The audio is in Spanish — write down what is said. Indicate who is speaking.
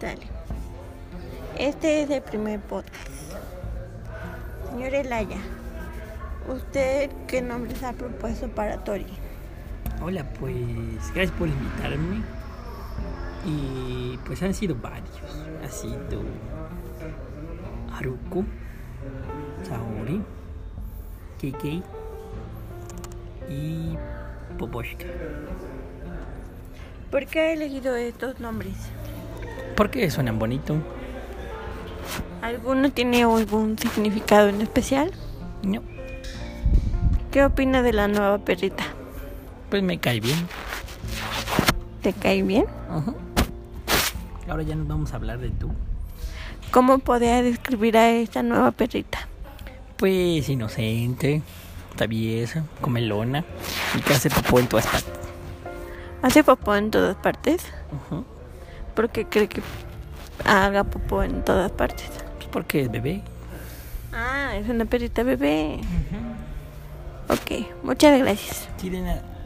Speaker 1: Dale. Este es el primer podcast. Señor Elaya, ¿usted qué nombre se ha propuesto para Tori?
Speaker 2: Hola, pues gracias por invitarme. Y pues han sido varios. Ha sido Haruko, Saori, KK y Poposhka.
Speaker 1: ¿Por qué ha elegido estos nombres?
Speaker 2: ¿Por qué suenan bonito?
Speaker 1: ¿Alguno tiene algún significado en especial?
Speaker 2: No,
Speaker 1: ¿Qué opina de la nueva perrita?
Speaker 2: pues me cae bien.
Speaker 1: ¿Te cae bien?
Speaker 2: Ajá. Ahora ya nos vamos a hablar de tú.
Speaker 1: ¿Cómo podría describir a esta nueva perrita?
Speaker 2: Pues inocente, traviesa, comelona y que hace popó en todas partes.
Speaker 1: ¿Hace popó en todas partes?
Speaker 2: Ajá.
Speaker 1: ¿Por qué cree que haga popó en todas partes?
Speaker 2: Pues porque es bebé.
Speaker 1: Ah, es una perrita bebé. Ok, muchas gracias.
Speaker 2: Tiene nada.